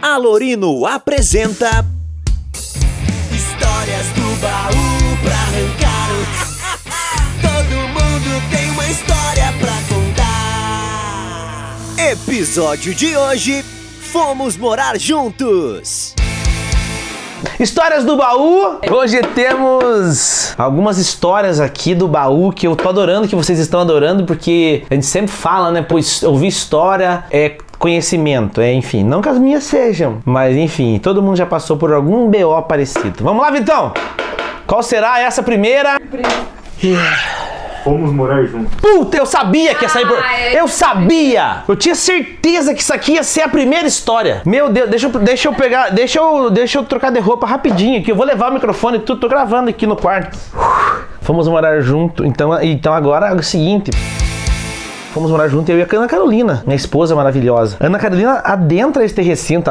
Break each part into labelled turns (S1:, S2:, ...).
S1: Alorino apresenta.
S2: Histórias do baú pra arrancar. Todo mundo tem uma história pra contar.
S1: Episódio de hoje: Fomos morar juntos.
S3: Histórias do baú. Hoje temos algumas histórias aqui do baú que eu tô adorando, que vocês estão adorando, porque a gente sempre fala, né? Pois ouvir história é conhecimento, é, enfim, não que as minhas sejam, mas enfim, todo mundo já passou por algum BO parecido. Vamos lá, Vitão. Qual será essa primeira?
S4: Fomos morar juntos.
S3: Puta, eu sabia que ia sair por...
S5: Ah, é.
S3: Eu sabia! Eu tinha certeza que isso aqui ia ser a primeira história. Meu Deus, deixa eu, deixa eu pegar... Deixa eu, deixa eu trocar de roupa rapidinho aqui. Eu vou levar o microfone e tudo. Tô gravando aqui no quarto. Uf, Fomos morar junto. Então, então agora é o seguinte... Fomos morar junto eu e a Ana Carolina, minha esposa maravilhosa. Ana Carolina adentra este recinto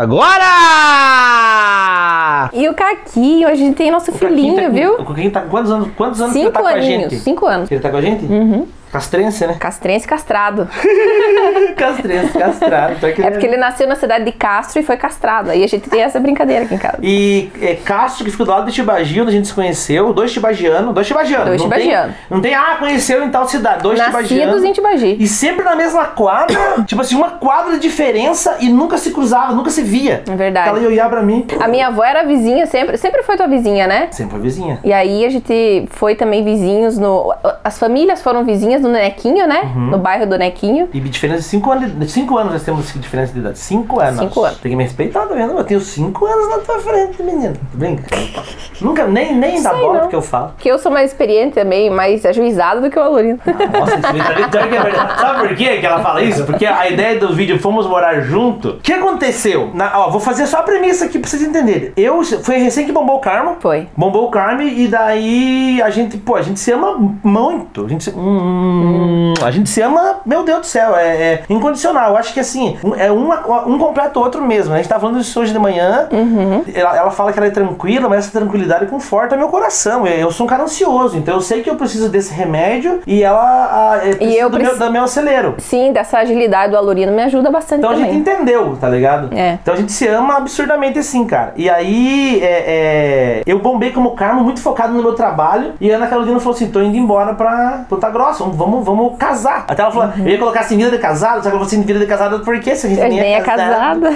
S3: agora!
S5: E o Caqui, hoje a gente tem nosso filhinho, viu?
S3: Quem tá, quantos anos, quantos anos tá
S5: Cinco aninhos, cinco anos.
S3: Ele tá com a gente? Uhum. Castrense, né?
S5: Castrense castrado.
S3: Castrense, castrado. Pior que
S5: É porque ele nasceu na cidade de Castro e foi castrado. Aí a gente tem essa brincadeira aqui em casa.
S3: E é, Castro, que ficou do lado do Tibagi, onde a gente se conheceu. Dois tibagianos, dois tibagianos.
S5: Dois
S3: não tem-
S5: tibagianos.
S3: Não tem, ah, conheceu em né? tal cidade. Dois tibagianos.
S5: Nascidos em Tibagi.
S3: E sempre na mesma quadra, tipo assim, uma quadra de diferença e nunca se cruzava, nunca se via.
S5: É verdade.
S3: Ela ia olhar pra mim.
S5: A minha avó era vizinha sempre. Sempre foi tua vizinha, né?
S3: Sempre foi vizinha.
S5: E aí a gente foi também vizinhos no. As famílias foram vizinhas no Nequinho, né?
S3: Uhum.
S5: No bairro do Nequinho.
S3: E diferença de 5 anos. de cinco anos nós temos diferença de idade. 5 anos.
S5: Cinco anos.
S3: Tem que me respeitar, tá vendo? Eu tenho 5 anos na tua frente, menino. Tu Brinca. Nunca, nem, nem dá
S5: Sei
S3: bola
S5: não.
S3: porque eu falo.
S5: Que eu sou mais experiente também, mais ajuizada do que o Alorino.
S3: Nossa, isso me traz- pior que é verdade. Sabe por quê que ela fala isso? Porque a ideia do vídeo Fomos Morar Junto. O que aconteceu? Na- ó, vou fazer só a premissa aqui pra vocês entenderem. Eu foi recém que bombou o Carmo.
S5: Foi.
S3: Bombou o Carmo e daí a gente, pô, a gente se ama muito. A gente se, hum, a gente se ama, meu Deus do céu, é, é incondicional. Eu acho que assim, um- é uma, um completa o outro mesmo. A gente tá falando isso hoje de manhã.
S5: Uhum.
S3: Ela, ela fala que ela é tranquila, mas essa tranquilidade conforta meu coração. Eu, eu sou um cara ansioso, então eu sei que eu preciso desse remédio e ela a, é, precisa
S5: eu
S3: do,
S5: preci-
S3: meu, do meu acelero.
S5: Sim, dessa agilidade do Alorino me ajuda bastante
S3: Então a
S5: também.
S3: gente entendeu, tá ligado?
S5: É.
S3: Então a gente se ama absurdamente assim, cara. E aí, é, é, eu bombei como Carmo, muito focado no meu trabalho. E a Ana Carolina falou assim: tô indo embora pra Ponta Grossa, vamos, vamos, vamos casar. Até ela falou:
S5: Uhum.
S3: eu ia colocar assim, vida de casado, só que ela falou assim: vida de casado, por quê? Se a gente
S5: Eu
S3: nem
S5: nem é casada.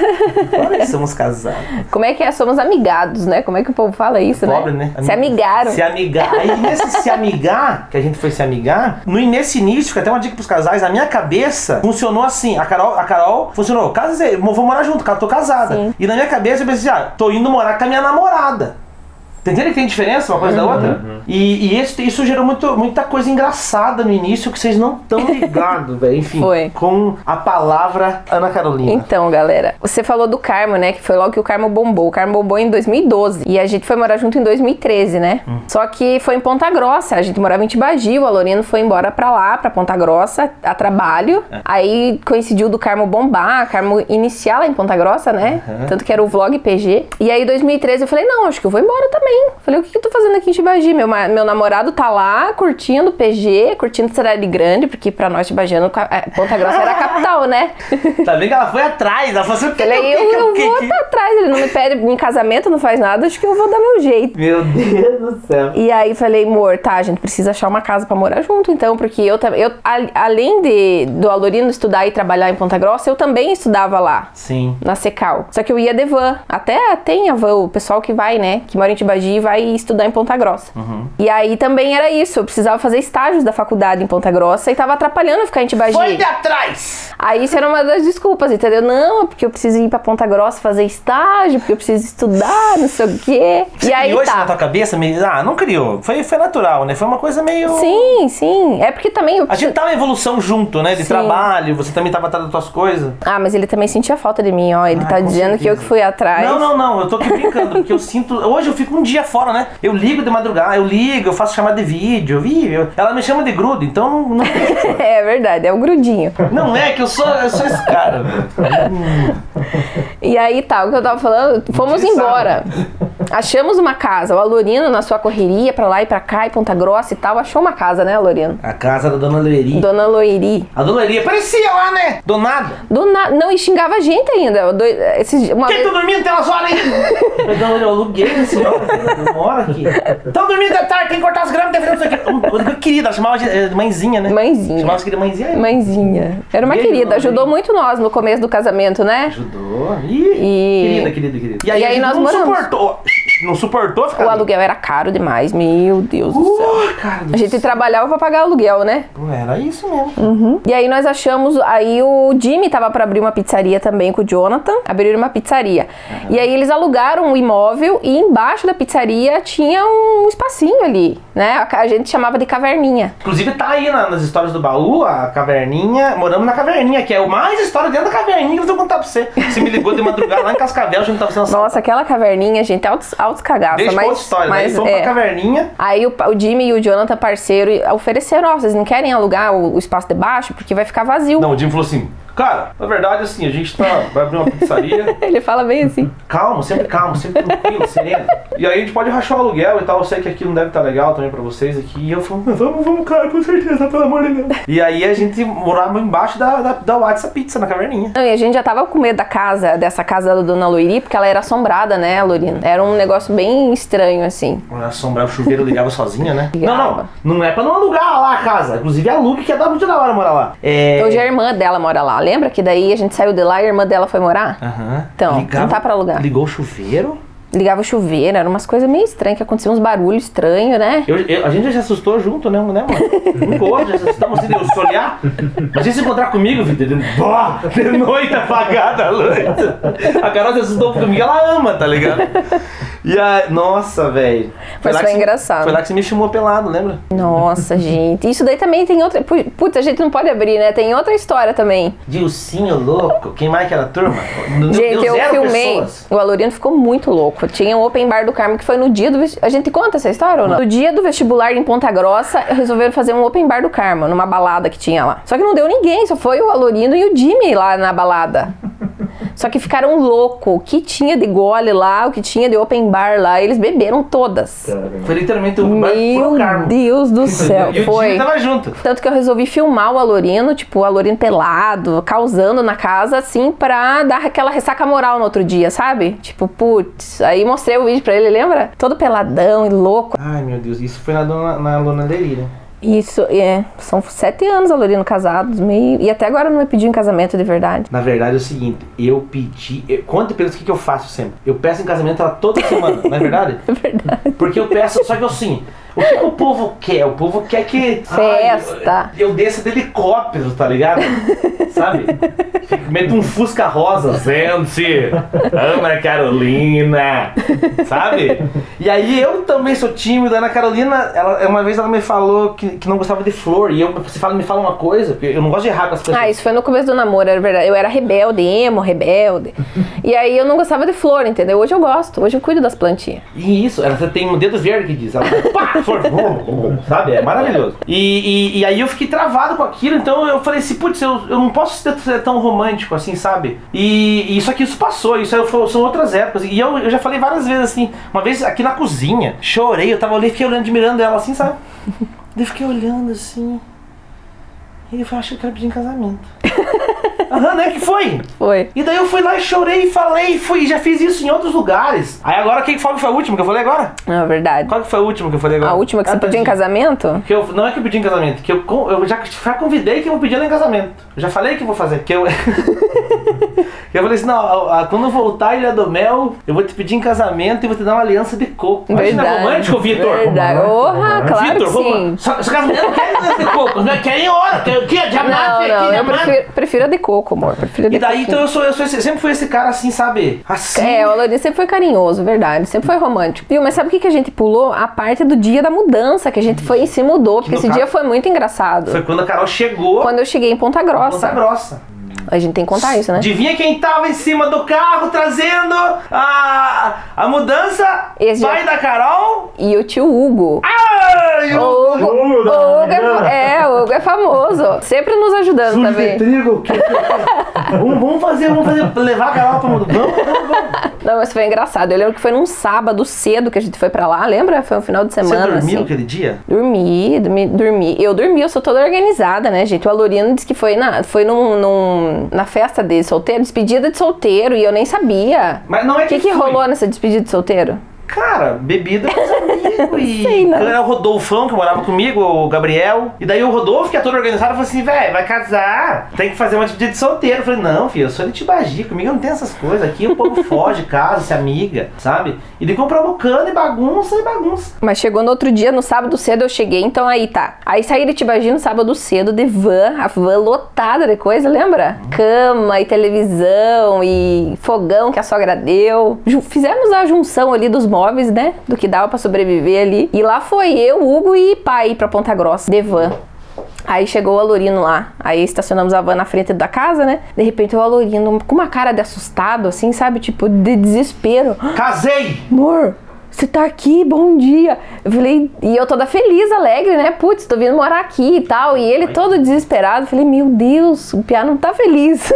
S3: Agora que somos casados.
S5: Como é que é? Somos amigados, né? Como é que o povo fala isso,
S3: Pobre, né?
S5: Se amigaram.
S3: Se amigar. Aí nesse se amigar, que a gente foi se amigar, no, nesse início, que até uma dica pros casais, na minha cabeça, funcionou assim. A Carol, a Carol funcionou, casa, vou morar junto, cara, tô casada. E na minha cabeça eu pensei, ah, tô indo morar com a minha namorada. Entenderam que tem diferença uma coisa da outra? E, e isso, isso gerou muito, muita coisa engraçada no início que vocês não estão ligados, velho. Enfim,
S5: Foi.
S3: com a palavra Ana Carolina.
S5: Então, galera, você falou do Carmo, né? Que foi logo que o Carmo bombou. O Carmo bombou em 2012. E a gente foi morar junto em 2013, né? Só que foi em Ponta Grossa. A gente morava em Tibagi. O Alorino foi embora pra lá, pra Ponta Grossa, a trabalho. Aí coincidiu do Carmo bombar, Carmo iniciar lá em Ponta Grossa, né? Tanto que era o vlog PG. E aí, em 2013, eu falei, não, acho que eu vou embora também. Falei, o que, que eu tô fazendo aqui em Tibagi? Meu, ma- meu namorado tá lá, curtindo PG, curtindo cidade grande, porque pra nós, Tibagiano, ca- eh, Ponta Grossa era a capital, né?
S3: Tá vendo que ela foi atrás? Ela falou assim: o que,
S5: Ele
S3: que,
S5: aí,
S3: que,
S5: eu,
S3: que, que,
S5: eu vou
S3: que-
S5: pra trás, ele não me pede em casamento, não faz nada, acho que eu vou dar meu jeito.
S3: Meu Deus do céu.
S5: E aí falei, amor, tá, a gente precisa achar uma casa pra morar junto, então, porque eu também, eu, a- além de, do Alorino estudar e trabalhar em Ponta Grossa, eu também estudava lá.
S3: Sim.
S5: Na Secal. Só que eu ia de van. Até tem a van, o pessoal que vai, né? Que mora em Tibagi e vai estudar em Ponta Grossa.
S3: Uhum.
S5: E aí também era isso. Eu precisava fazer estágios da faculdade em Ponta Grossa e tava atrapalhando eu ficar em Tibagi.
S3: Foi de atrás!
S5: Aí isso era uma das desculpas, entendeu? Não, é porque eu preciso ir pra Ponta Grossa fazer estágio, porque eu preciso estudar, não sei o quê. e aí
S3: criou isso na
S5: tá.
S3: tua cabeça? meio- Ah, não criou. Foi, foi natural, né? Foi uma coisa meio.
S5: Sim, sim. É porque também eu
S3: A gente tá na evolução junto, né? De
S5: Sim.
S3: trabalho, você também tava atrás das tuas coisas.
S5: Ah, mas ele também sentia falta de mim, ó. Ele
S3: Ah,
S5: tá
S3: com
S5: dizendo que eu
S3: certeza.
S5: que fui atrás.
S3: Não, não, não, eu tô aqui brincando, porque eu sinto. Hoje eu fico um dia fora, né? Eu ligo de madrugada, eu ligo, eu faço chamada de vídeo, eu vi. eu- Ela me chama de grudo, então não,
S5: é verdade, é o grudinho.
S3: não é que eu sou, eu sou esse cara. velho.
S5: E aí tá, o que eu tava falando, fomos
S3: Quem sabe?
S5: embora. Achamos uma casa. O Alorino, na sua correria, pra lá e pra cá, e Ponta Grossa e tal, achou uma casa, né, Alorino?
S3: A casa da Dona Loiri.
S5: Dona Loiri.
S3: A Dona Loiri aparecia lá, né? Do nada.
S5: Do na- Não, e xingava a gente ainda. Doi- esses di- Uma
S3: Quem
S5: vez...
S3: tá dormindo até umas horas aí? Falei, Dona Loiri, um eu aluguei esse senhor, não mora aqui. Tão dormindo até tarde, tem que cortar os gramas, tem que fazer não sei o quê. Querida, ela chamava de eh, mãezinha, né?
S5: Mãezinha.
S3: Chamava-se querida mãezinha.
S5: Mãezinha. Era uma
S3: Beijo,
S5: querida,
S3: Dona
S5: ajudou
S3: Loiri.
S5: muito nós no começo do casamento, né?
S3: Ajudou. Ih,
S5: E-
S3: querida, querida, querida.
S5: E aí
S3: a gente
S5: nós
S3: não
S5: moramos.
S3: suportou. Não suportou ficar
S5: O
S3: ali.
S5: aluguel era caro demais, meu Deus do céu.
S3: Uh, cara do
S5: A gente trabalhava pra pagar aluguel, né?
S3: céu. Era isso mesmo.
S5: E aí nós achamos, aí o Jimmy tava pra abrir uma pizzaria também com o Jonathan, abriram uma pizzaria. E aí eles alugaram um imóvel e embaixo da pizzaria tinha um espacinho ali, né? A, ca- a gente chamava de caverninha.
S3: Inclusive tá aí na- nas histórias do baú, a caverninha. Moramos na caverninha, que é o mais história dentro da caverninha que eu vou contar pra você. Você me ligou de madrugada lá em Cascavel, a gente tava sendo assaltado.
S5: Nossa, aquela caverninha, gente, altos, altos cagaços.
S3: Deixa pra
S5: mas,
S3: outra história,
S5: mas
S3: né? Fomos
S5: é.
S3: pra caverninha.
S5: Aí o, pa- o Jimmy e o Jonathan, parceiro, ofereceram, ó, vocês não querem alugar o, o espaço de baixo porque vai ficar vazio.
S3: Não, o Jim falou assim, cara, na verdade assim, a gente tá, vai abrir uma pizzaria,
S5: Ele fala bem assim.
S3: calmo, sempre calmo, sempre tranquilo, sereno. E aí a gente pode rachar o aluguel e tal, eu sei que aqui não deve estar legal também pra vocês aqui. E eu falo, "Mas vamos, vamos, cara, com certeza, pelo amor de Deus. E aí a gente morava embaixo da, da, da WhatsApp Pizza, na caverninha.
S5: Não, e a gente já tava com medo da casa, dessa casa da Dona Loiri, porque ela era assombrada, né, Lorina? Era um negócio bem estranho, assim.
S3: Assombrar o chuveiro ligava sozinha, né?
S5: Ligava.
S3: Não, não. Não é pra não alugar lá a casa. Inclusive alugue que é da muito da hora morar lá. É.
S5: Hoje a irmã dela mora lá. Lembra que daí a gente saiu de lá e a irmã dela foi
S3: Ah.
S5: morar?
S3: Aham.
S5: Então, não tá pra alugar.
S3: Ligou o chuveiro.
S5: Ligava o chuveiro, eram umas coisas meio estranhas, que aconteciam uns barulhos estranhos, né?
S3: Eu- eu- a gente já se assustou junto, né, né mano? Um com o outro, já se assustamos assim, de eu se olhar. Imagina se encontrar comigo, Vitor. de- Bó, De noite apagada a luz. A Carol se assustou comigo, ela ama, tá ligado? E a, nossa, velho.
S5: Mas
S3: lá
S5: foi
S3: que você-
S5: engraçado.
S3: Foi lá que você me chamou pelado, lembra?
S5: Nossa, gente. Isso daí também tem outra. pu- Putz, a gente não pode abrir, né? Tem outra história também.
S3: Dilcinho louco. Quem mais que era a turma? Deu
S5: Gente, eu
S3: zero
S5: filmei.
S3: pessoas.
S5: O Alorino ficou muito louco. Tinha um open bar do Carmo que foi no dia do. vesti- A gente conta essa história ou não? No dia do vestibular em Ponta Grossa, resolveram fazer um open bar do Carmo, numa balada que tinha lá. Só que não deu ninguém, só foi o Alorino e o Jimmy lá na balada. Só que ficaram louco. O que tinha de gole lá, o que tinha de open bar lá, eles beberam todas.
S3: Foi literalmente um bar pro
S5: Meu
S3: Carmo.
S5: Deus do céu.
S3: E o
S5: Foi.
S3: time tava junto.
S5: Tanto que eu resolvi filmar o Alorino, tipo, o Alorino pelado, causando na casa, assim, pra dar aquela ressaca moral no outro dia, sabe? Tipo, putz. Aí mostrei o vídeo pra ele, lembra? Todo peladão e louco.
S3: Ai, meu Deus, isso foi na dona, na dona Deli, né?
S5: Isso, é. São sete anos Alorino casados, meio. E até agora não me pediu em casamento de verdade.
S3: Na verdade é o seguinte, eu pedi. Eu, conta pelo o que, que eu faço sempre. Eu peço em casamento ela toda semana, não é verdade?
S5: É verdade.
S3: Porque eu peço, só que assim, o que, que o povo quer? O povo quer que. ai,
S5: Festa.
S3: eu, eu desça de helicóptero, tá ligado? Sabe? Fico- Meto um Fusca rosa, gente! Ana Carolina! Sabe? E aí eu também sou tímido. A Ana Carolina, ela, uma vez ela me falou que, que não gostava de flor. E eu, você fala, me fala uma coisa, porque eu não gosto de errar com as pessoas.
S5: Ah, isso foi no começo do namoro, era verdade. Eu era rebelde, emo, rebelde. E aí eu não gostava de flor, entendeu? Hoje eu gosto, hoje eu cuido das plantinhas.
S3: E isso, ela tem um dedo verde que diz, ela pá, flor, vum, vum, sabe? É maravilhoso. E, e, e aí eu fiquei travado com aquilo, então eu falei assim, putz, eu, eu não posso ser- ser tão romântico assim, sabe? E, e só que isso passou, isso aí foi- são outras épocas. E eu, eu já falei várias vezes assim, uma vez aqui na cozinha, chorei, eu tava ali, fiquei olhando, admirando ela assim, sabe? Daí eu fiquei olhando assim. E eu falei, "Ah, acho que eu quero pedir em casamento. Aham, né? Que foi?
S5: Foi.
S3: E daí eu fui lá e chorei, e falei, fui, já fiz isso em outros lugares. Aí agora, quem foi que foi a última que eu falei agora?
S5: Não, é verdade.
S3: Qual que foi a última que eu falei agora?
S5: A última que você
S3: Ah, tá,
S5: pediu em
S3: sim.
S5: casamento?
S3: Que eu, não é que eu pedi em casamento, que eu, con- eu já, já convidei que eu vou pedir ela em casamento. Eu já falei que eu vou fazer, que eu... eu falei assim, não, a- a- quando eu voltar à Ilha do Mel, eu vou te pedir em casamento e vou te dar uma aliança de coco. Imagina,
S5: Verdade.
S3: romântico, Vitor.
S5: Verdade. Orra, claro
S3: Vitor,
S5: que
S3: vamos lá.
S5: sim.
S3: Só, só que as mulheres não querem aliança de coco, não é querem hora, querem o quê? Diamante
S5: Não,
S3: aqui,
S5: não, eu
S3: diamante.
S5: prefiro, prefiro a de coco, amor. Prefiro a de
S3: E daí,
S5: coquinho.
S3: então, eu, sou, eu sou esse- sempre fui esse cara assim, sabe? Assim.
S5: É, o Aloysio sempre foi carinhoso, verdade. Sempre foi romântico. Viu, mas sabe o que, que a gente pulou? A parte do dia da mudança, que a gente foi e se mudou, porque
S3: no
S5: esse
S3: caso-
S5: dia foi muito engraçado.
S3: Foi quando a Carol chegou
S5: Quando eu cheguei em Ponta
S3: em Ponta
S5: Grossa.
S3: Grossa.
S5: A gente tem que contar isso, né?
S3: Adivinha quem tava em cima do carro trazendo a, a mudança?
S5: Esse
S3: Pai
S5: já-
S3: da Carol?
S5: E o tio Hugo.
S3: Ai,
S5: O
S3: o- né?
S5: Hugo,
S4: Hugo da
S5: o Hugo é,
S4: Mariana.
S5: fa- é, o Hugo é famoso. Sempre nos ajudando
S4: Sujo de
S5: também.
S4: trigo, que-
S3: um vamos, vamos fazer, vamos fazer, levar a Carol pra mudança. Vamos, vamos, vamos.
S5: Não, mas foi engraçado. Eu lembro que foi num sábado cedo que a gente foi pra lá, lembra? Foi um final de
S3: Você
S5: semana.
S3: dormiu
S5: assim.
S3: aquele dia?
S5: Dormi, dormi, dormi. Eu dormi, eu sou toda organizada, né, gente? O Alorino disse que foi na, foi num, num- na festa de solteiro, despedida de solteiro, e eu nem sabia.
S3: Mas não é
S5: O que,
S3: que
S5: que
S3: fui.
S5: rolou nessa despedida de solteiro?
S3: Cara, bebida com os amigos e.
S5: Sei não.
S3: Era o Rodolfão que morava comigo, o Gabriel. E daí o Rodolfo, que é todo organizado, falou assim: velho, vai casar, tem que fazer uma despedida de solteiro. Eu falei: não, filho, eu sou de Tibagi, comigo não tem essas coisas. Aqui o povo foge, casa, se amiga, sabe? E daí comprou cana e bagunça e bagunça.
S5: Mas chegou no outro dia, no sábado cedo eu cheguei, então aí tá. Aí saí de Tibagi no sábado cedo de van, a van lotada de coisa, lembra? Cama e televisão e fogão que a sogra deu. Ju- Fizemos a junção ali dos móveis, né? Do que dava pra sobreviver ali. E lá foi eu, Hugo e pai pra Ponta Grossa, de van. Aí chegou o Alorino lá. Aí estacionamos a van na frente da casa, né? De repente o Alorino com uma cara de assustado, assim, sabe? Tipo, de desespero.
S3: Casei!
S5: Amor, você tá aqui, bom dia. Eu falei, e eu toda feliz, alegre, né? Putz, tô vindo morar aqui e tal. E ele todo desesperado, eu falei, meu Deus, o Piá não tá feliz.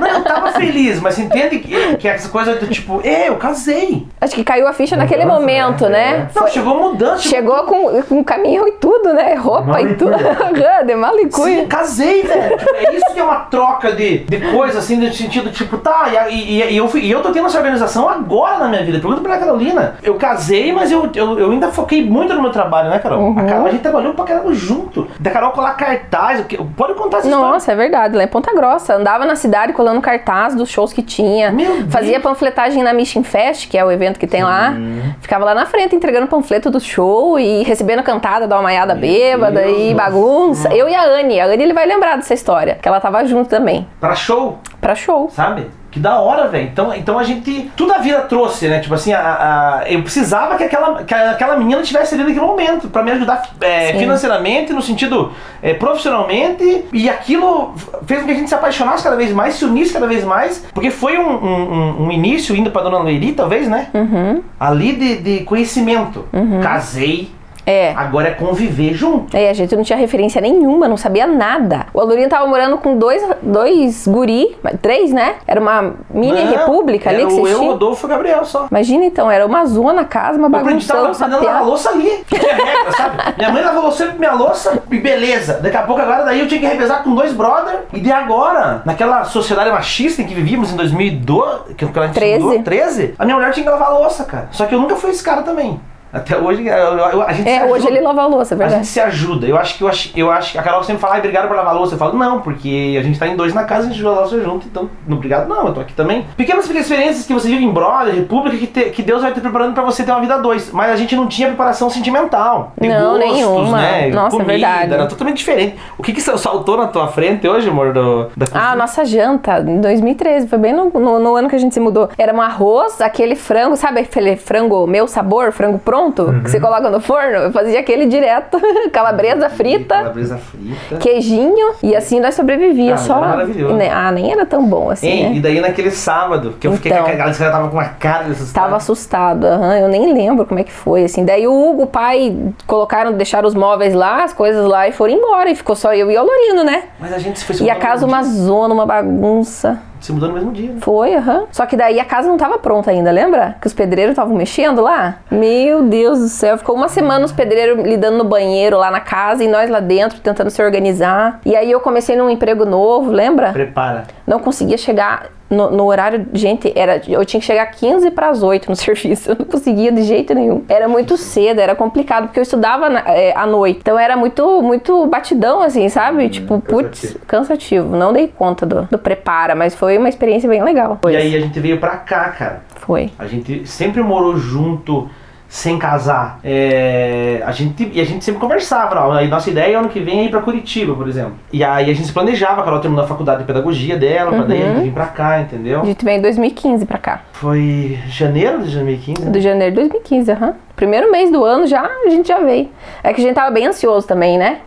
S3: Não, eu tava feliz, mas você entende que, que essa coisa do tipo, "É, eu casei.
S5: Acho que caiu a ficha naquele
S3: Nossa,
S5: momento, né?
S3: Não, chegou mudando,
S5: Chegou com, com caminhão e tudo, né? Roupa e tudo. Aham, De mala e cuia.
S3: Sim, casei, velho. Tipo, é isso que é uma troca de, de coisa, assim, no sentido, tipo, tá, e, a- e- e eu, fui- e eu tô tendo essa organização agora na minha vida. Pergunta pra Carolina. Eu casei, mas eu, eu, eu ainda foquei muito no meu trabalho, né, Carol? A, Carol a gente trabalhou pra caramba junto. Da Carol colar cartaz, o que- pode contar essa história.
S5: Nossa, é verdade, lá em Ponta Grossa. Andava na cidade colando cartaz dos shows que tinha.
S3: Meu Deus.
S5: Fazia panfletagem na Mission Fest, que é o evento que tem lá. Ficava lá na frente entregando panfleto do show e recebendo cantada da Almaiada bêbada e bagunça. Eu e a Anne. A Anne ele vai lembrar dessa história, que ela tava junto também,
S3: Pra show.
S5: pra show.
S3: sabe? Que da hora, velho. Então, então a gente. Tudo a vida trouxe, né? Tipo assim, a, a- eu precisava que aquela, que aquela menina tivesse ali naquele momento pra me ajudar é,
S5: Sim.
S3: financeiramente, no sentido é, profissionalmente. E aquilo fez com que a gente se apaixonasse cada vez mais, se unisse cada vez mais. Porque foi um, um- um- um início indo pra Dona Leiri, talvez, né?
S5: Uhum.
S3: Ali de, de conhecimento. Casei,
S5: É.
S3: agora é conviver junto.
S5: É, a gente não tinha referência nenhuma, não sabia nada. O Alurino tava morando com dois, dois guri, três, né? Era uma mini
S3: Não,
S5: república
S3: era
S5: ali que
S3: o
S5: vocês
S3: eu,
S5: tinham.
S3: Rodolfo e o Gabriel só.
S5: Imagina então, era uma zona, a casa, uma
S3: Eu aprendi tava
S5: bagunção,
S3: aprendendo a lavar
S5: sapeada.
S3: louça ali. Tinha regra, sabe? Minha mãe lavou sempre minha louça e beleza. Daqui a pouco agora daí eu tinha que revezar com dois brother. E de agora, naquela sociedade machista em que vivíamos em 2012, que que a gente
S5: 13.
S3: mudou, 13, a minha mulher tinha que lavar a louça, cara. Só que eu nunca fui esse cara também. Até hoje eu- eu- a gente se
S5: É, hoje
S3: ajuda.
S5: ele lava a louça, é
S3: A gente
S5: verdade.
S3: se ajuda. Eu acho que eu acho, eu acho que a Carol sempre fala, "Ai, obrigado por lavar a louça. Eu falo, não, porque a gente tá em dois na casa, a gente joga a louça junto, então não obrigado, não, eu tô aqui também. Pequenas experiências que você vive em brother, república, que, te- que Deus vai te preparando pra você ter uma vida a dois. Mas a gente não tinha preparação sentimental. De
S5: Não,
S3: gostos,
S5: nenhuma.
S3: Né?
S5: Nossa, é
S3: Comida,
S5: verdade.
S3: Era totalmente diferente. O que que sa- saltou na tua frente hoje, amor, do, da
S5: Ah, nossa janta, em 2013, foi bem no, no- no ano que a gente se mudou. Era um arroz, aquele frango, sabe aquele frango meu sabor, frango pronto,
S3: Uhum.
S5: que você coloca no forno? Eu fazia aquele direto, calabresa frita,
S3: Calabresa frita.
S5: queijinho, e assim nós sobrevivia
S3: Ah,
S5: só.
S3: era maravilhoso.
S5: Né? Ah, nem era tão bom assim,
S3: Hein?
S5: né?
S3: E daí naquele sábado, que eu fiquei
S5: Então.
S3: com a galera, ela tava com uma cara dessas
S5: Tava assustado, aham, eu nem lembro como é que foi, assim. Daí o Hugo, o pai, colocaram, deixaram os móveis lá, as coisas lá e foram embora. E ficou só eu e o Lorino, né?
S3: Mas a gente se fez
S5: E a casa uma zona, uma bagunça.
S3: Se mudou no mesmo dia, né?
S5: Foi, aham. Só que daí a casa não tava pronta ainda, lembra? Que os pedreiros estavam mexendo lá? Meu Deus do céu, ficou uma semana os pedreiros lidando no banheiro lá na casa e nós lá dentro tentando se organizar. E aí eu comecei num emprego novo, lembra?
S3: Prepara.
S5: Não conseguia chegar no, no horário. Gente, era, eu tinha que chegar 15 para as 8 no serviço. Eu não conseguia de jeito nenhum. Era muito cedo, era complicado, porque eu estudava na- é, à noite. Então era muito, muito batidão, assim, sabe? tipo, putz, cansativo. Não dei conta do, do prepara, mas foi uma experiência bem legal. Foi.
S3: E aí a gente veio pra cá, cara.
S5: Foi.
S3: A gente sempre morou junto, sem casar. É, a gente, e a gente sempre conversava. Ó, a nossa ideia é ano que vem é ir pra Curitiba, por exemplo. E aí a gente se planejava, a Carol terminou a faculdade de pedagogia dela, pra daí a gente vir pra cá,
S5: A
S3: entendeu?
S5: gente veio em 2015 pra cá.
S3: Foi janeiro de 2015? né?
S5: Do janeiro de 2015, aham. Primeiro mês do ano já, a gente já veio. É que a gente tava bem ansioso também, né?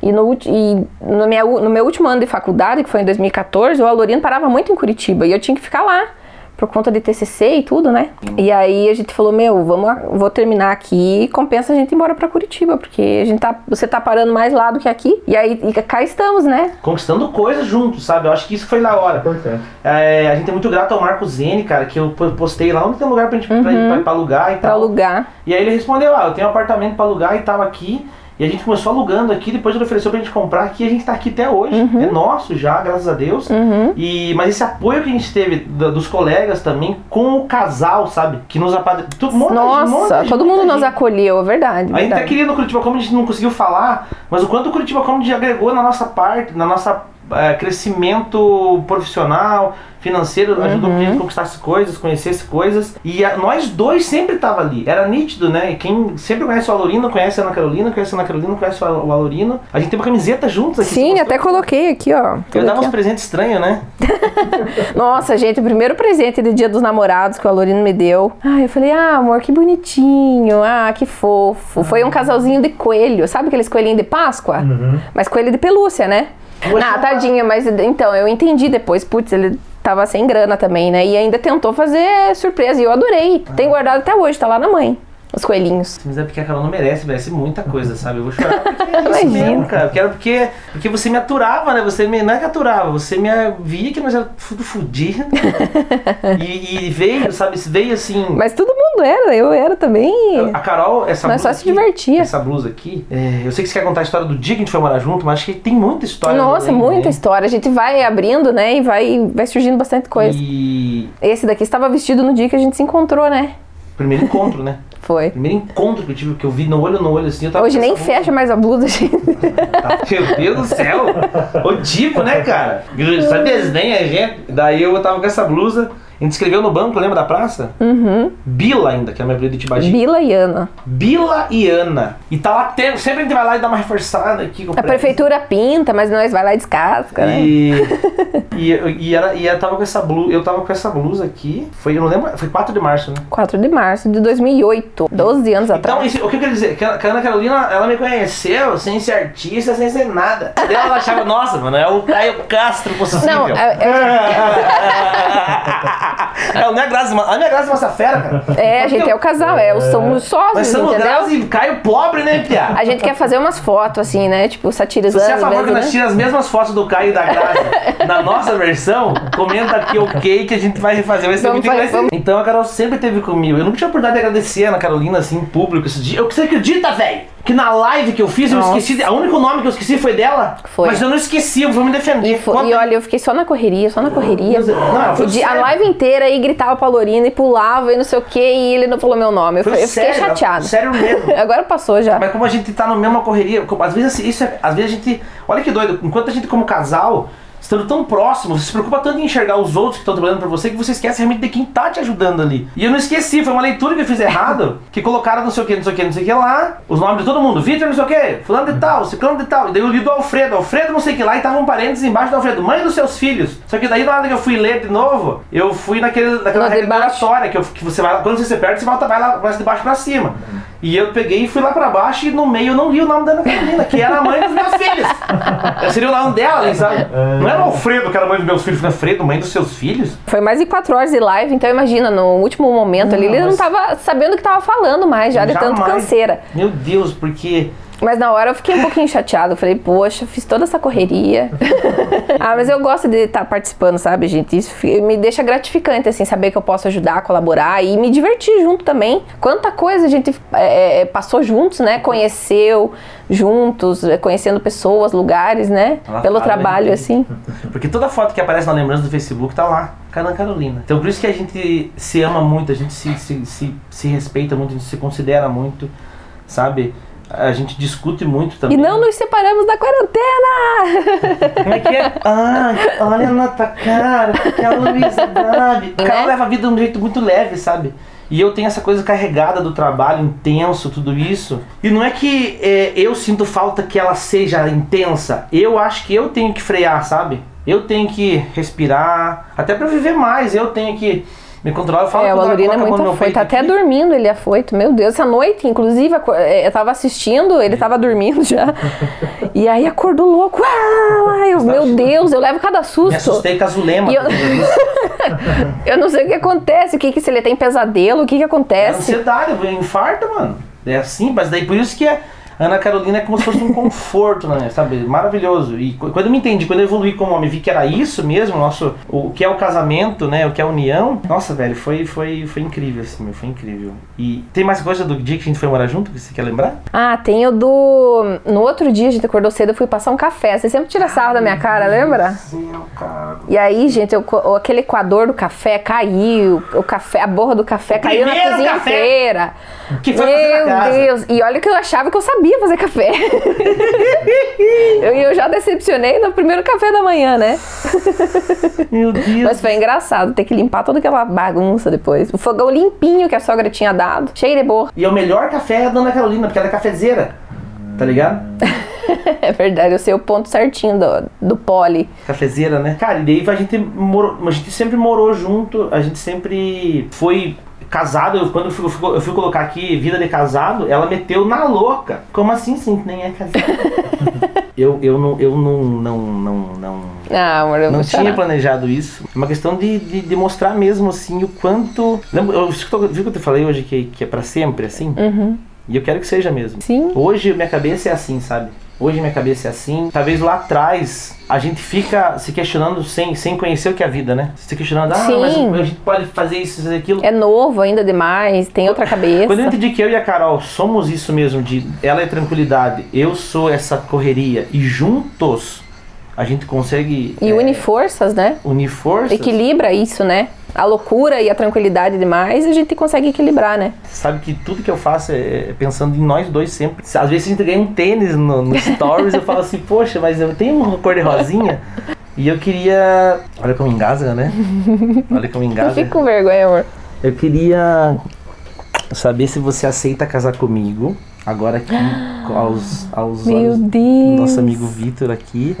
S5: E, no, ulti- e no, minha u- no meu último ano de faculdade, que foi em 2014, o Alorino parava muito em Curitiba e eu tinha que ficar lá. por conta de TCC e tudo, né? E aí a gente falou, meu, vamos, a- vou terminar aqui e compensa a gente ir embora pra Curitiba, porque a gente tá, você tá parando mais lá do que aqui. E aí e cá estamos, né?
S3: Conquistando coisas juntos, sabe? Eu acho que isso foi na hora.
S4: Importante.
S3: É, a gente é muito grato ao Marco Zene, cara, que eu po- postei lá onde tem lugar pra gente pra, pra- pra alugar e
S5: Pra
S3: tal.
S5: alugar.
S3: E aí ele respondeu, ah, eu tenho um apartamento pra alugar e tal aqui. E a gente começou alugando aqui, depois ele ofereceu pra gente comprar aqui e a gente tá aqui até hoje.
S5: Uhum.
S3: É nosso já, graças a Deus. E, mas esse apoio que a gente teve da- dos colegas também com o casal, sabe? Que nos apadrinhou.
S5: Nossa, todo mundo nos acolheu, é verdade.
S3: A gente tá
S5: verdade.
S3: querendo o Curitiba Comedy, a gente não conseguiu falar, mas o quanto o Curitiba Comedy agregou na nossa parte, na nossa eh, crescimento profissional, financeiro, ajudou
S5: Uhum.
S3: a gente a conquistar as coisas, conhecesse coisas. E a- nós dois sempre tava ali, era nítido, né? E quem sempre conhece o Alorino, conhece a Ana Carolina, conhece a Ana Carolina, conhece o Al- o Alorino. A gente teve camiseta juntos aqui.
S5: Sim,
S3: você
S5: até
S3: gostou?
S5: coloquei aqui, ó.
S3: Eu
S5: tudo
S3: dava
S5: aqui,
S3: uns
S5: ó.
S3: presentes estranhos, né?
S5: Nossa, gente, o primeiro presente de Dia dos Namorados que o Alorino me deu. Ai, eu falei, ah, amor, que bonitinho. Ah, que fofo. Foi um casalzinho de coelho. Sabe aqueles coelhinhos de Páscoa? Mas coelho de pelúcia, né?
S3: Poxa.
S5: Ah, tadinha, Uhum. mas então, eu entendi depois. Putz, ele tava sem grana também, né? E ainda tentou fazer surpresa. E eu adorei. Tem guardado até hoje, tá lá na mãe. Os coelhinhos.
S3: Mas é porque a Carol não merece, merece muita coisa, sabe? Eu vou chorar porque é isso
S5: Imagina.
S3: mesmo, cara. Porque, era porque, porque você me aturava, né? Você me, não é que aturava, você me via que nós era tudo fudido. e, e veio, sabe? Veio assim.
S5: Mas todo mundo era, eu era também.
S3: A Carol, essa
S5: Nós
S3: blusa.
S5: só se
S3: aqui-
S5: divertia.
S3: Essa blusa aqui. é, eu sei que você quer contar a história do dia que a gente foi morar junto, mas acho que tem muita história.
S5: Nossa,
S3: além,
S5: muita
S3: né?
S5: história. A gente vai abrindo, né? E vai, vai surgindo bastante coisa.
S3: E.
S5: Esse daqui estava vestido no dia que a gente se encontrou, né?
S3: Primeiro encontro, né?
S5: Foi.
S3: Primeiro encontro que eu tive, que eu vi no olho no olho assim. Eu tava
S5: Hoje nem
S3: pensando,
S5: fecha mais a blusa, gente.
S3: Tá, Meu Deus do céu! O tipo, né, cara? Só
S5: Uhum.
S3: desdenha a gente. Daí eu tava com essa blusa. A gente escreveu no banco, lembra da praça? Uhum. Bila ainda, que é a minha apelido de Tibagi.
S5: Bila e Ana.
S3: Bila e Ana. E tá lá, tem- sempre a gente vai lá e dá uma reforçada aqui com o
S5: A
S3: prédio.
S5: prefeitura pinta, mas nós vai lá e descasca, né?
S3: E, e, e, era, e eu tava com essa blusa, eu tava com essa blusa aqui. Foi, eu não lembro, foi 4 de março, né?
S5: 4 de março de 2008. 12 anos
S3: Então,
S5: Tá atrás.
S3: isso- o que eu quero dizer? Que a que a Ana Carolina, ela me conheceu sem ser artista, sem ser nada. Daí Ela achava, nossa, mano, é o Caio Castro possível.
S5: Não, é-
S3: é o minha graça, a minha graça é uma fera, cara.
S5: é, é, a gente é o casal, é, os- são os
S3: Mas
S5: sócios,
S3: somos
S5: entendeu?
S3: graça e Caio pobre, né, Pia?
S5: A gente quer fazer umas fotos assim, né? Tipo,
S3: Se
S5: satirizando.
S3: você é a favor que
S5: mesmo,
S3: nós
S5: né?
S3: tira as mesmas fotos do Caio e da Graça na nossa versão, comenta aqui ok que a gente vai refazer. Vai ser
S5: Vamos
S3: muito
S5: fazer,
S3: engraçado.
S5: vamos.
S3: Então a Carol sempre teve comigo. Eu nunca tinha oportunidade de agradecer a Ana Carolina assim em público esse dia. Eu, você acredita, velho? Que na live que eu fiz, eu
S5: Nossa.
S3: esqueci. O único nome que eu esqueci foi dela.
S5: Foi.
S3: Mas eu não esqueci, eu vou me defender.
S5: E, fo-
S3: Quanto-
S5: e olha, eu fiquei só na correria, só na correria.
S3: Deus, não, foi
S5: O dia- a
S3: sério.
S5: live inteira aí gritava pra Lorina e pulava e não sei o que, e ele não falou meu nome. Eu,
S3: Foi
S5: falei- eu fiquei
S3: sério,
S5: chateada.
S3: sério mesmo.
S5: Agora passou já.
S3: Mas como a gente tá na mesma correria, como- às vezes assim, isso é, às vezes a gente, olha que doido, enquanto a gente como casal, estando tão próximo, você se preocupa tanto em enxergar os outros que estão trabalhando pra você que você esquece realmente de quem tá te ajudando ali. E eu não esqueci, foi uma leitura que eu fiz errado, que colocaram não sei o que, não sei o que, não sei o que lá, os nomes de todo mundo, Vitor não sei o que, fulano de tal, ciclano de tal, e daí eu li do Alfredo, Alfredo não sei o que lá, e tava um parênteses embaixo do Alfredo, mãe dos seus filhos. Só que daí na hora que eu fui ler de novo, eu fui naquele, naquela
S5: No
S3: regra
S5: debate.
S3: oratória história, é que, eu- que você vai lá, quando você perde, você volta, vai lá, vai de baixo pra cima. E eu peguei e fui lá pra baixo e no meio eu não li o nome da Ana Carolina, que era a mãe dos meus filhos. Eu seria o nome dela, sabe? Não era o Alfredo, que era a mãe dos meus filhos, foi Alfredo, mãe dos seus filhos.
S5: Foi mais de quatro horas de live, então imagina, no último momento ali, ele não tava sabendo o que tava falando mais, já de tanto
S3: Jamais.
S5: canseira.
S3: Meu Deus, porque.
S5: Mas na hora eu fiquei um pouquinho chateada, eu falei, poxa, fiz toda essa correria. ah, mas eu gosto de estar participando, sabe, gente? Isso fi- me deixa gratificante, assim, saber que eu posso ajudar, colaborar e me divertir junto também. Quanta coisa a gente é, é, passou juntos, né? Conheceu juntos, é, conhecendo pessoas, lugares, né?
S3: Ela
S5: Pelo
S3: fala,
S5: trabalho,
S3: hein?
S5: assim.
S3: Porque toda foto que aparece na lembrança do Facebook tá lá, com a Ana Carolina. Então por isso que a gente se ama muito, a gente se, se, se, se respeita muito, a gente se considera muito, sabe? A gente discute muito
S5: E
S3: também.
S5: não nos separamos da quarentena!
S3: Como é que é? Ah, olha na tua cara, é que a Luísa Gabi. O cara
S5: Né?
S3: leva a vida de um jeito muito leve, sabe? E eu tenho essa coisa carregada do trabalho, intenso, tudo isso. E não é que é, eu sinto falta que ela seja intensa. Eu acho que eu tenho que frear, sabe? Eu tenho que respirar, até pra eu viver mais. Eu tenho que Me controla, eu falo
S5: É,
S3: com
S5: o Alurino
S3: coloca
S5: é
S3: a mão
S5: muito
S3: no meu
S5: afoito.
S3: peito
S5: Tá até
S3: aqui.
S5: dormindo ele afoito. Meu Deus, essa noite, inclusive, aco- é, eu tava assistindo, ele tava dormindo já. E aí acordou louco. Ah, eu, meu Deus, eu levo cada
S3: Me
S5: susto.
S3: assustei com as
S5: E eu-
S3: Zulema. tá
S5: Eu não sei o que acontece. O que que se ele tem pesadelo? O que que
S3: É
S5: acontece?
S3: ansiedade, eu infarto, mano. É assim, mas daí por isso que é. Ana Carolina é como se fosse um conforto, né? Sabe? Maravilhoso. E qu- quando eu me entendi, quando eu evoluí como homem, vi que era isso mesmo, nosso, o que é o casamento, né? O que é a união. Nossa, velho, foi, foi, foi incrível, assim, meu, foi incrível. E tem mais coisa do dia que a gente foi morar junto que você quer lembrar?
S5: Ah, tem o do. No outro dia, a gente acordou cedo, eu fui passar um café. Você sempre tira sarro da minha cara, lembra?
S3: Meu cara.
S5: E aí, gente, eu co- aquele coador do café caiu, o café, a borra do café caiu na
S3: primeiro
S5: cozinha
S3: café
S5: inteira.
S3: que foi fazer na
S5: Meu
S3: casa.
S5: Deus! E olha que eu achava que eu sabia fazer café. eu, eu já decepcionei no primeiro café da manhã, né?
S3: Meu Deus.
S5: Mas foi engraçado ter que limpar toda aquela bagunça depois. O fogão limpinho que a sogra tinha dado, cheio de borra.
S3: E é o melhor café é a da Ana Carolina, porque ela é cafezeira. Tá ligado?
S5: É verdade, eu sei o ponto certinho do, do pole.
S3: Cafezeira, né? Cara, e daí a gente, morou, a gente sempre morou junto, a gente sempre foi casado. Eu, quando eu fui, eu fui- eu fui colocar aqui vida de casado, ela meteu na louca. Como assim, sim, que nem é casado? eu eu, não, eu não, não, não, não,
S5: Ah, amor, eu
S3: não
S5: vou
S3: tinha
S5: chorar.
S3: planejado isso. É uma questão de, de, de mostrar mesmo, assim, o quanto. Lembra, eu, isso que eu- viu que eu te falei hoje que, que é pra sempre, assim? E eu quero que seja mesmo.
S5: Sim.
S3: Hoje minha cabeça é assim, sabe? Hoje minha cabeça é assim. Talvez lá atrás a gente fica se questionando sem, sem conhecer o que é a vida, né? Se questionando, ah,
S5: Sim.
S3: mas a gente pode fazer isso, fazer aquilo.
S5: É novo ainda demais, tem outra cabeça.
S3: Quando eu entendi que eu e a Carol somos isso mesmo, de ela é tranquilidade, eu sou essa correria, e juntos a gente consegue
S5: E
S3: é,
S5: une forças, né?
S3: unir forças.
S5: Equilibra isso, né? A loucura e a tranquilidade demais, a gente consegue equilibrar, né?
S3: Sabe que tudo que eu faço é é pensando em nós dois sempre. Às vezes a gente ganha um tênis no, no Stories, eu falo assim, poxa, mas eu tenho uma cor de rosinha. E eu queria. Olha como engasga, né? Olha como
S5: Não
S3: engasga.
S5: fica com vergonha, amor.
S3: Eu queria saber se você aceita casar comigo. Agora aqui, com- aos, aos
S5: Meu
S3: olhos do
S5: Deus.
S3: nosso amigo Vitor aqui.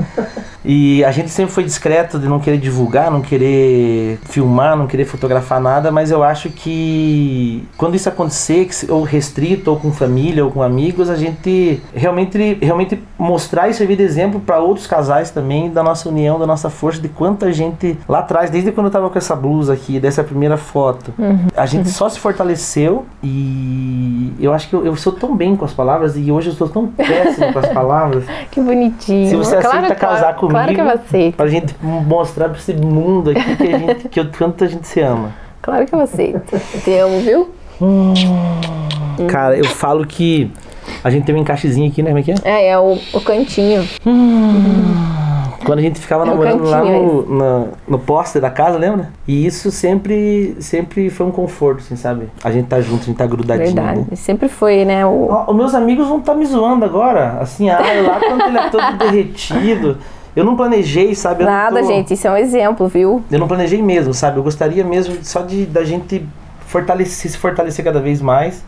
S3: E a gente sempre foi discreto de não querer divulgar, não querer filmar, não querer fotografar nada, mas eu acho que quando isso acontecer, que se- ou restrito, ou com família, ou com amigos, a gente realmente, realmente mostrar e servir de exemplo para outros casais também, da nossa união, da nossa força, de quanta gente lá atrás, desde quando eu tava com essa blusa aqui, dessa primeira foto, a gente só se fortaleceu e eu acho que eu, eu sou tão bem com as palavras e hoje eu sou tão péssimo com as palavras.
S5: Que bonitinho.
S3: Se você
S5: Claro,
S3: aceita
S5: claro,
S3: casar comigo,
S5: Claro que eu aceito.
S3: pra gente mostrar pra esse mundo aqui que a gente, que o tanto a gente se ama.
S5: Claro que eu aceito. Te amo, viu?
S3: Cara, eu falo que a gente tem um encaixezinho aqui, né? Como é que é?
S5: É, é o, o cantinho.
S3: Quando a gente ficava
S5: É o
S3: namorando lá
S5: cantinho,
S3: no, na- no poste da casa, lembra? E isso sempre, sempre foi um conforto, assim, sabe? A gente tá junto, a gente tá grudadinho. né?
S5: Verdade. Sempre foi, né? O...
S3: Ó, Os meus amigos vão estar me zoando agora. Assim, ah, lá quando ele é todo derretido. Eu não planejei, sabe? Eu não
S5: Nada,
S3: tô-
S5: gente. Isso é um exemplo, viu?
S3: Eu não planejei mesmo, sabe? Eu gostaria mesmo de- só de da gente fortalecer, se fortalecer cada vez mais.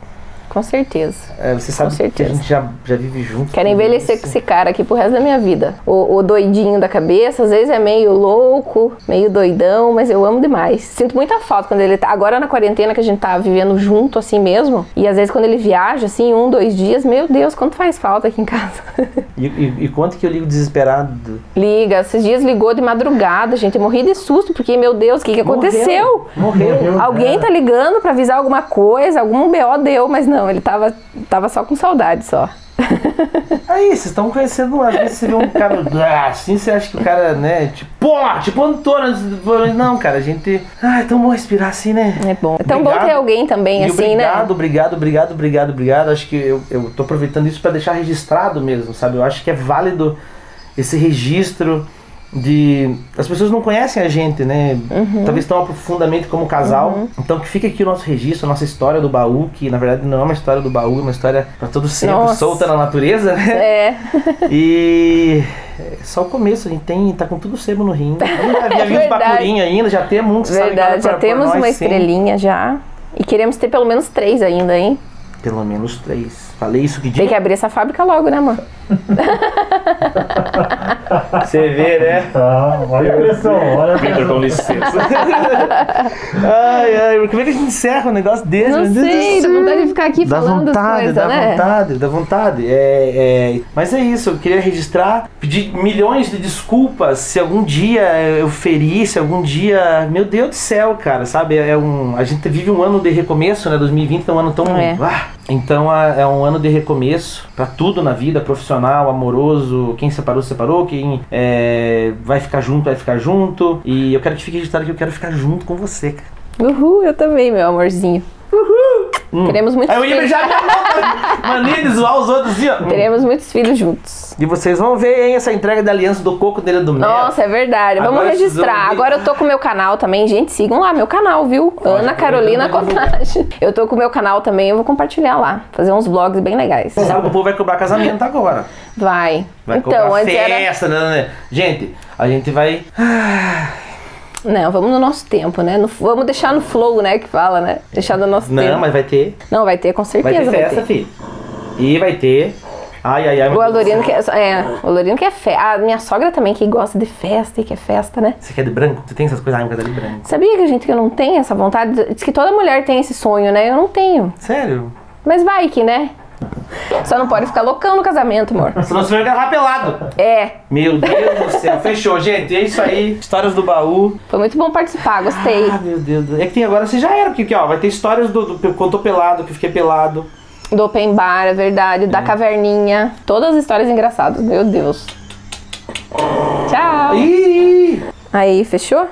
S5: Com certeza.
S3: É, você sabe que a
S5: certeza.
S3: gente já, já vive junto.
S5: Quero
S3: tudo
S5: envelhecer
S3: isso.
S5: com esse cara aqui pro resto da minha vida. O, o doidinho da cabeça, às vezes é meio louco, meio doidão, mas eu amo demais. Sinto muita falta quando ele tá. Agora na quarentena que a gente tá vivendo junto assim mesmo. E às vezes quando ele viaja, assim, um, dois dias, meu Deus, quanto faz falta aqui em casa.
S3: E, e, e quanto que eu ligo desesperado?
S5: Liga, esses dias ligou de madrugada, gente. Eu morri de susto, porque, meu Deus, o que, que aconteceu?
S3: Morreu. Morreu.
S5: Alguém tá ligando pra avisar alguma coisa, algum BO deu, mas não, ele tava, tava só com saudade só.
S3: Aí, vocês É estão conhecendo, às vezes você vê um cara ah, assim, você acha que o cara, né, tipo, pô, tipo Antônio. Não, cara, a gente. Ah, é tão bom respirar assim, né?
S5: É bom. É tão bom
S3: Obrigado.
S5: ter alguém também,
S3: E
S5: assim,
S3: obrigado,
S5: né?
S3: obrigado, obrigado, obrigado, obrigado. Acho que eu, eu tô aproveitando isso para deixar registrado mesmo, sabe? Eu acho que é válido esse registro de. As pessoas não conhecem a gente, né?
S5: Uhum.
S3: Talvez tão profundamente como casal. Então que fica aqui o nosso registro, a nossa história do baú, que na verdade não é uma história do baú, é uma história para todo sempre,
S5: Nossa.
S3: solta na natureza, né?
S5: É,
S3: E é só o começo, a gente tem, tá com tudo sebo no rim. Ainda havia vindo
S5: Verdade.
S3: pacurinha ainda, já temos um que sabe
S5: verdade.
S3: pra-
S5: Já
S3: pra
S5: temos
S3: nós
S5: uma
S3: sempre.
S5: estrelinha já. E queremos ter pelo menos três ainda, hein?
S3: Pelo menos três. Falei isso que dia.
S5: Tem que abrir essa fábrica logo, né, mano?
S3: Você vê, né?
S4: Tá, olha a pressão, olha a
S6: Vitor,
S4: pressão.
S6: com licença.
S3: ai, ai, como é que a gente encerra um negócio desse?
S5: Não
S3: Meu Deus do
S5: sei, dá
S3: céu.
S5: vontade de ficar aqui
S3: Dá
S5: falando as
S3: vontade,
S5: coisas,
S3: dá
S5: né?
S3: vontade, dá vontade. É, é, Mas é isso, eu queria registrar, pedir milhões de desculpas se algum dia eu feri, se algum dia. Meu Deus do céu, cara, sabe? É um... A gente vive um ano de recomeço, né? 2020 é um ano tão.
S5: É.
S3: Ah, então a- é um ano de recomeço pra tudo na vida, profissional, amoroso, quem separou, separou, quem é, vai ficar junto, vai ficar junto. E eu quero que fique registrado que eu quero ficar junto com você, cara.
S5: Uhul, eu também, meu amorzinho. Uhul! Teremos muitos
S3: Aí eu ia
S5: filhos.
S3: beijar minha mão, mania de zoar os outros assim, ó.
S5: Teremos muitos filhos juntos.
S3: E vocês vão ver, hein, essa entrega da aliança do coco dele do mel.
S5: Nossa, é verdade. Vamos
S3: Né? Agora
S5: registrar.
S3: precisamos de-
S5: Agora eu tô com o meu canal também. Gente, sigam lá meu canal, viu?
S3: é
S5: Ana Carolina Cottage. Eu tô com o meu canal também, eu vou compartilhar lá. Fazer uns vlogs bem legais.
S3: Sabe que o povo vai cobrar casamento agora.
S5: Vai.
S3: Vai
S5: É. então,
S3: cobrar
S5: antes era.
S3: festa, né, né? Gente, a gente vai...
S5: Não, vamos no nosso tempo, né? No- Vamos deixar no flow, né? Que fala, né? Deixar no nosso tempo.
S3: Não, mas vai ter.
S5: Não, vai ter, com
S3: Vai
S5: certeza.
S3: ter festa, filho. E vai ter... Ai, ai, ai. meu
S5: O
S3: Deus do
S5: Alorino
S3: céu.
S5: que é, o Alorino que é festa. A minha sogra também que gosta de festa e que é festa, né?
S3: Você quer de branco? Você tem essas coisas? Ai, eu quero de branco.
S5: Sabia que gente que não tem essa vontade? Diz que toda mulher tem esse sonho, né? Eu não tenho.
S3: Sério?
S5: Mas vai que, né? Só não pode ficar loucão no casamento, amor.
S3: Senão você vai gravar pelado.
S5: É,
S3: Meu Deus do céu. Fechou, gente. É isso aí. Histórias do baú.
S5: foi muito bom participar, gostei.
S3: Ah, meu Deus. do- É que tem agora, você já era. Porque, ó, vai ter histórias do... do quando eu tô pelado, que eu fiquei pelado.
S5: Do open bar, é verdade, da caverninha. Todas as histórias engraçadas, meu Deus. Tchau.
S3: Ih!
S5: Aí, fechou?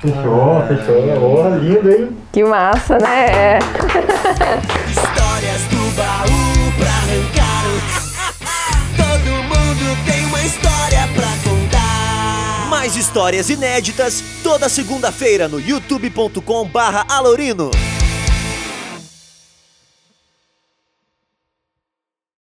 S4: Fechou, fechou. Porra, lindo, hein?
S5: Que massa, né? É.
S2: Histórias do baú pra arrancar. Todo mundo tem uma história pra contar.
S1: Mais histórias inéditas toda segunda-feira no youtube.com barra Alorino.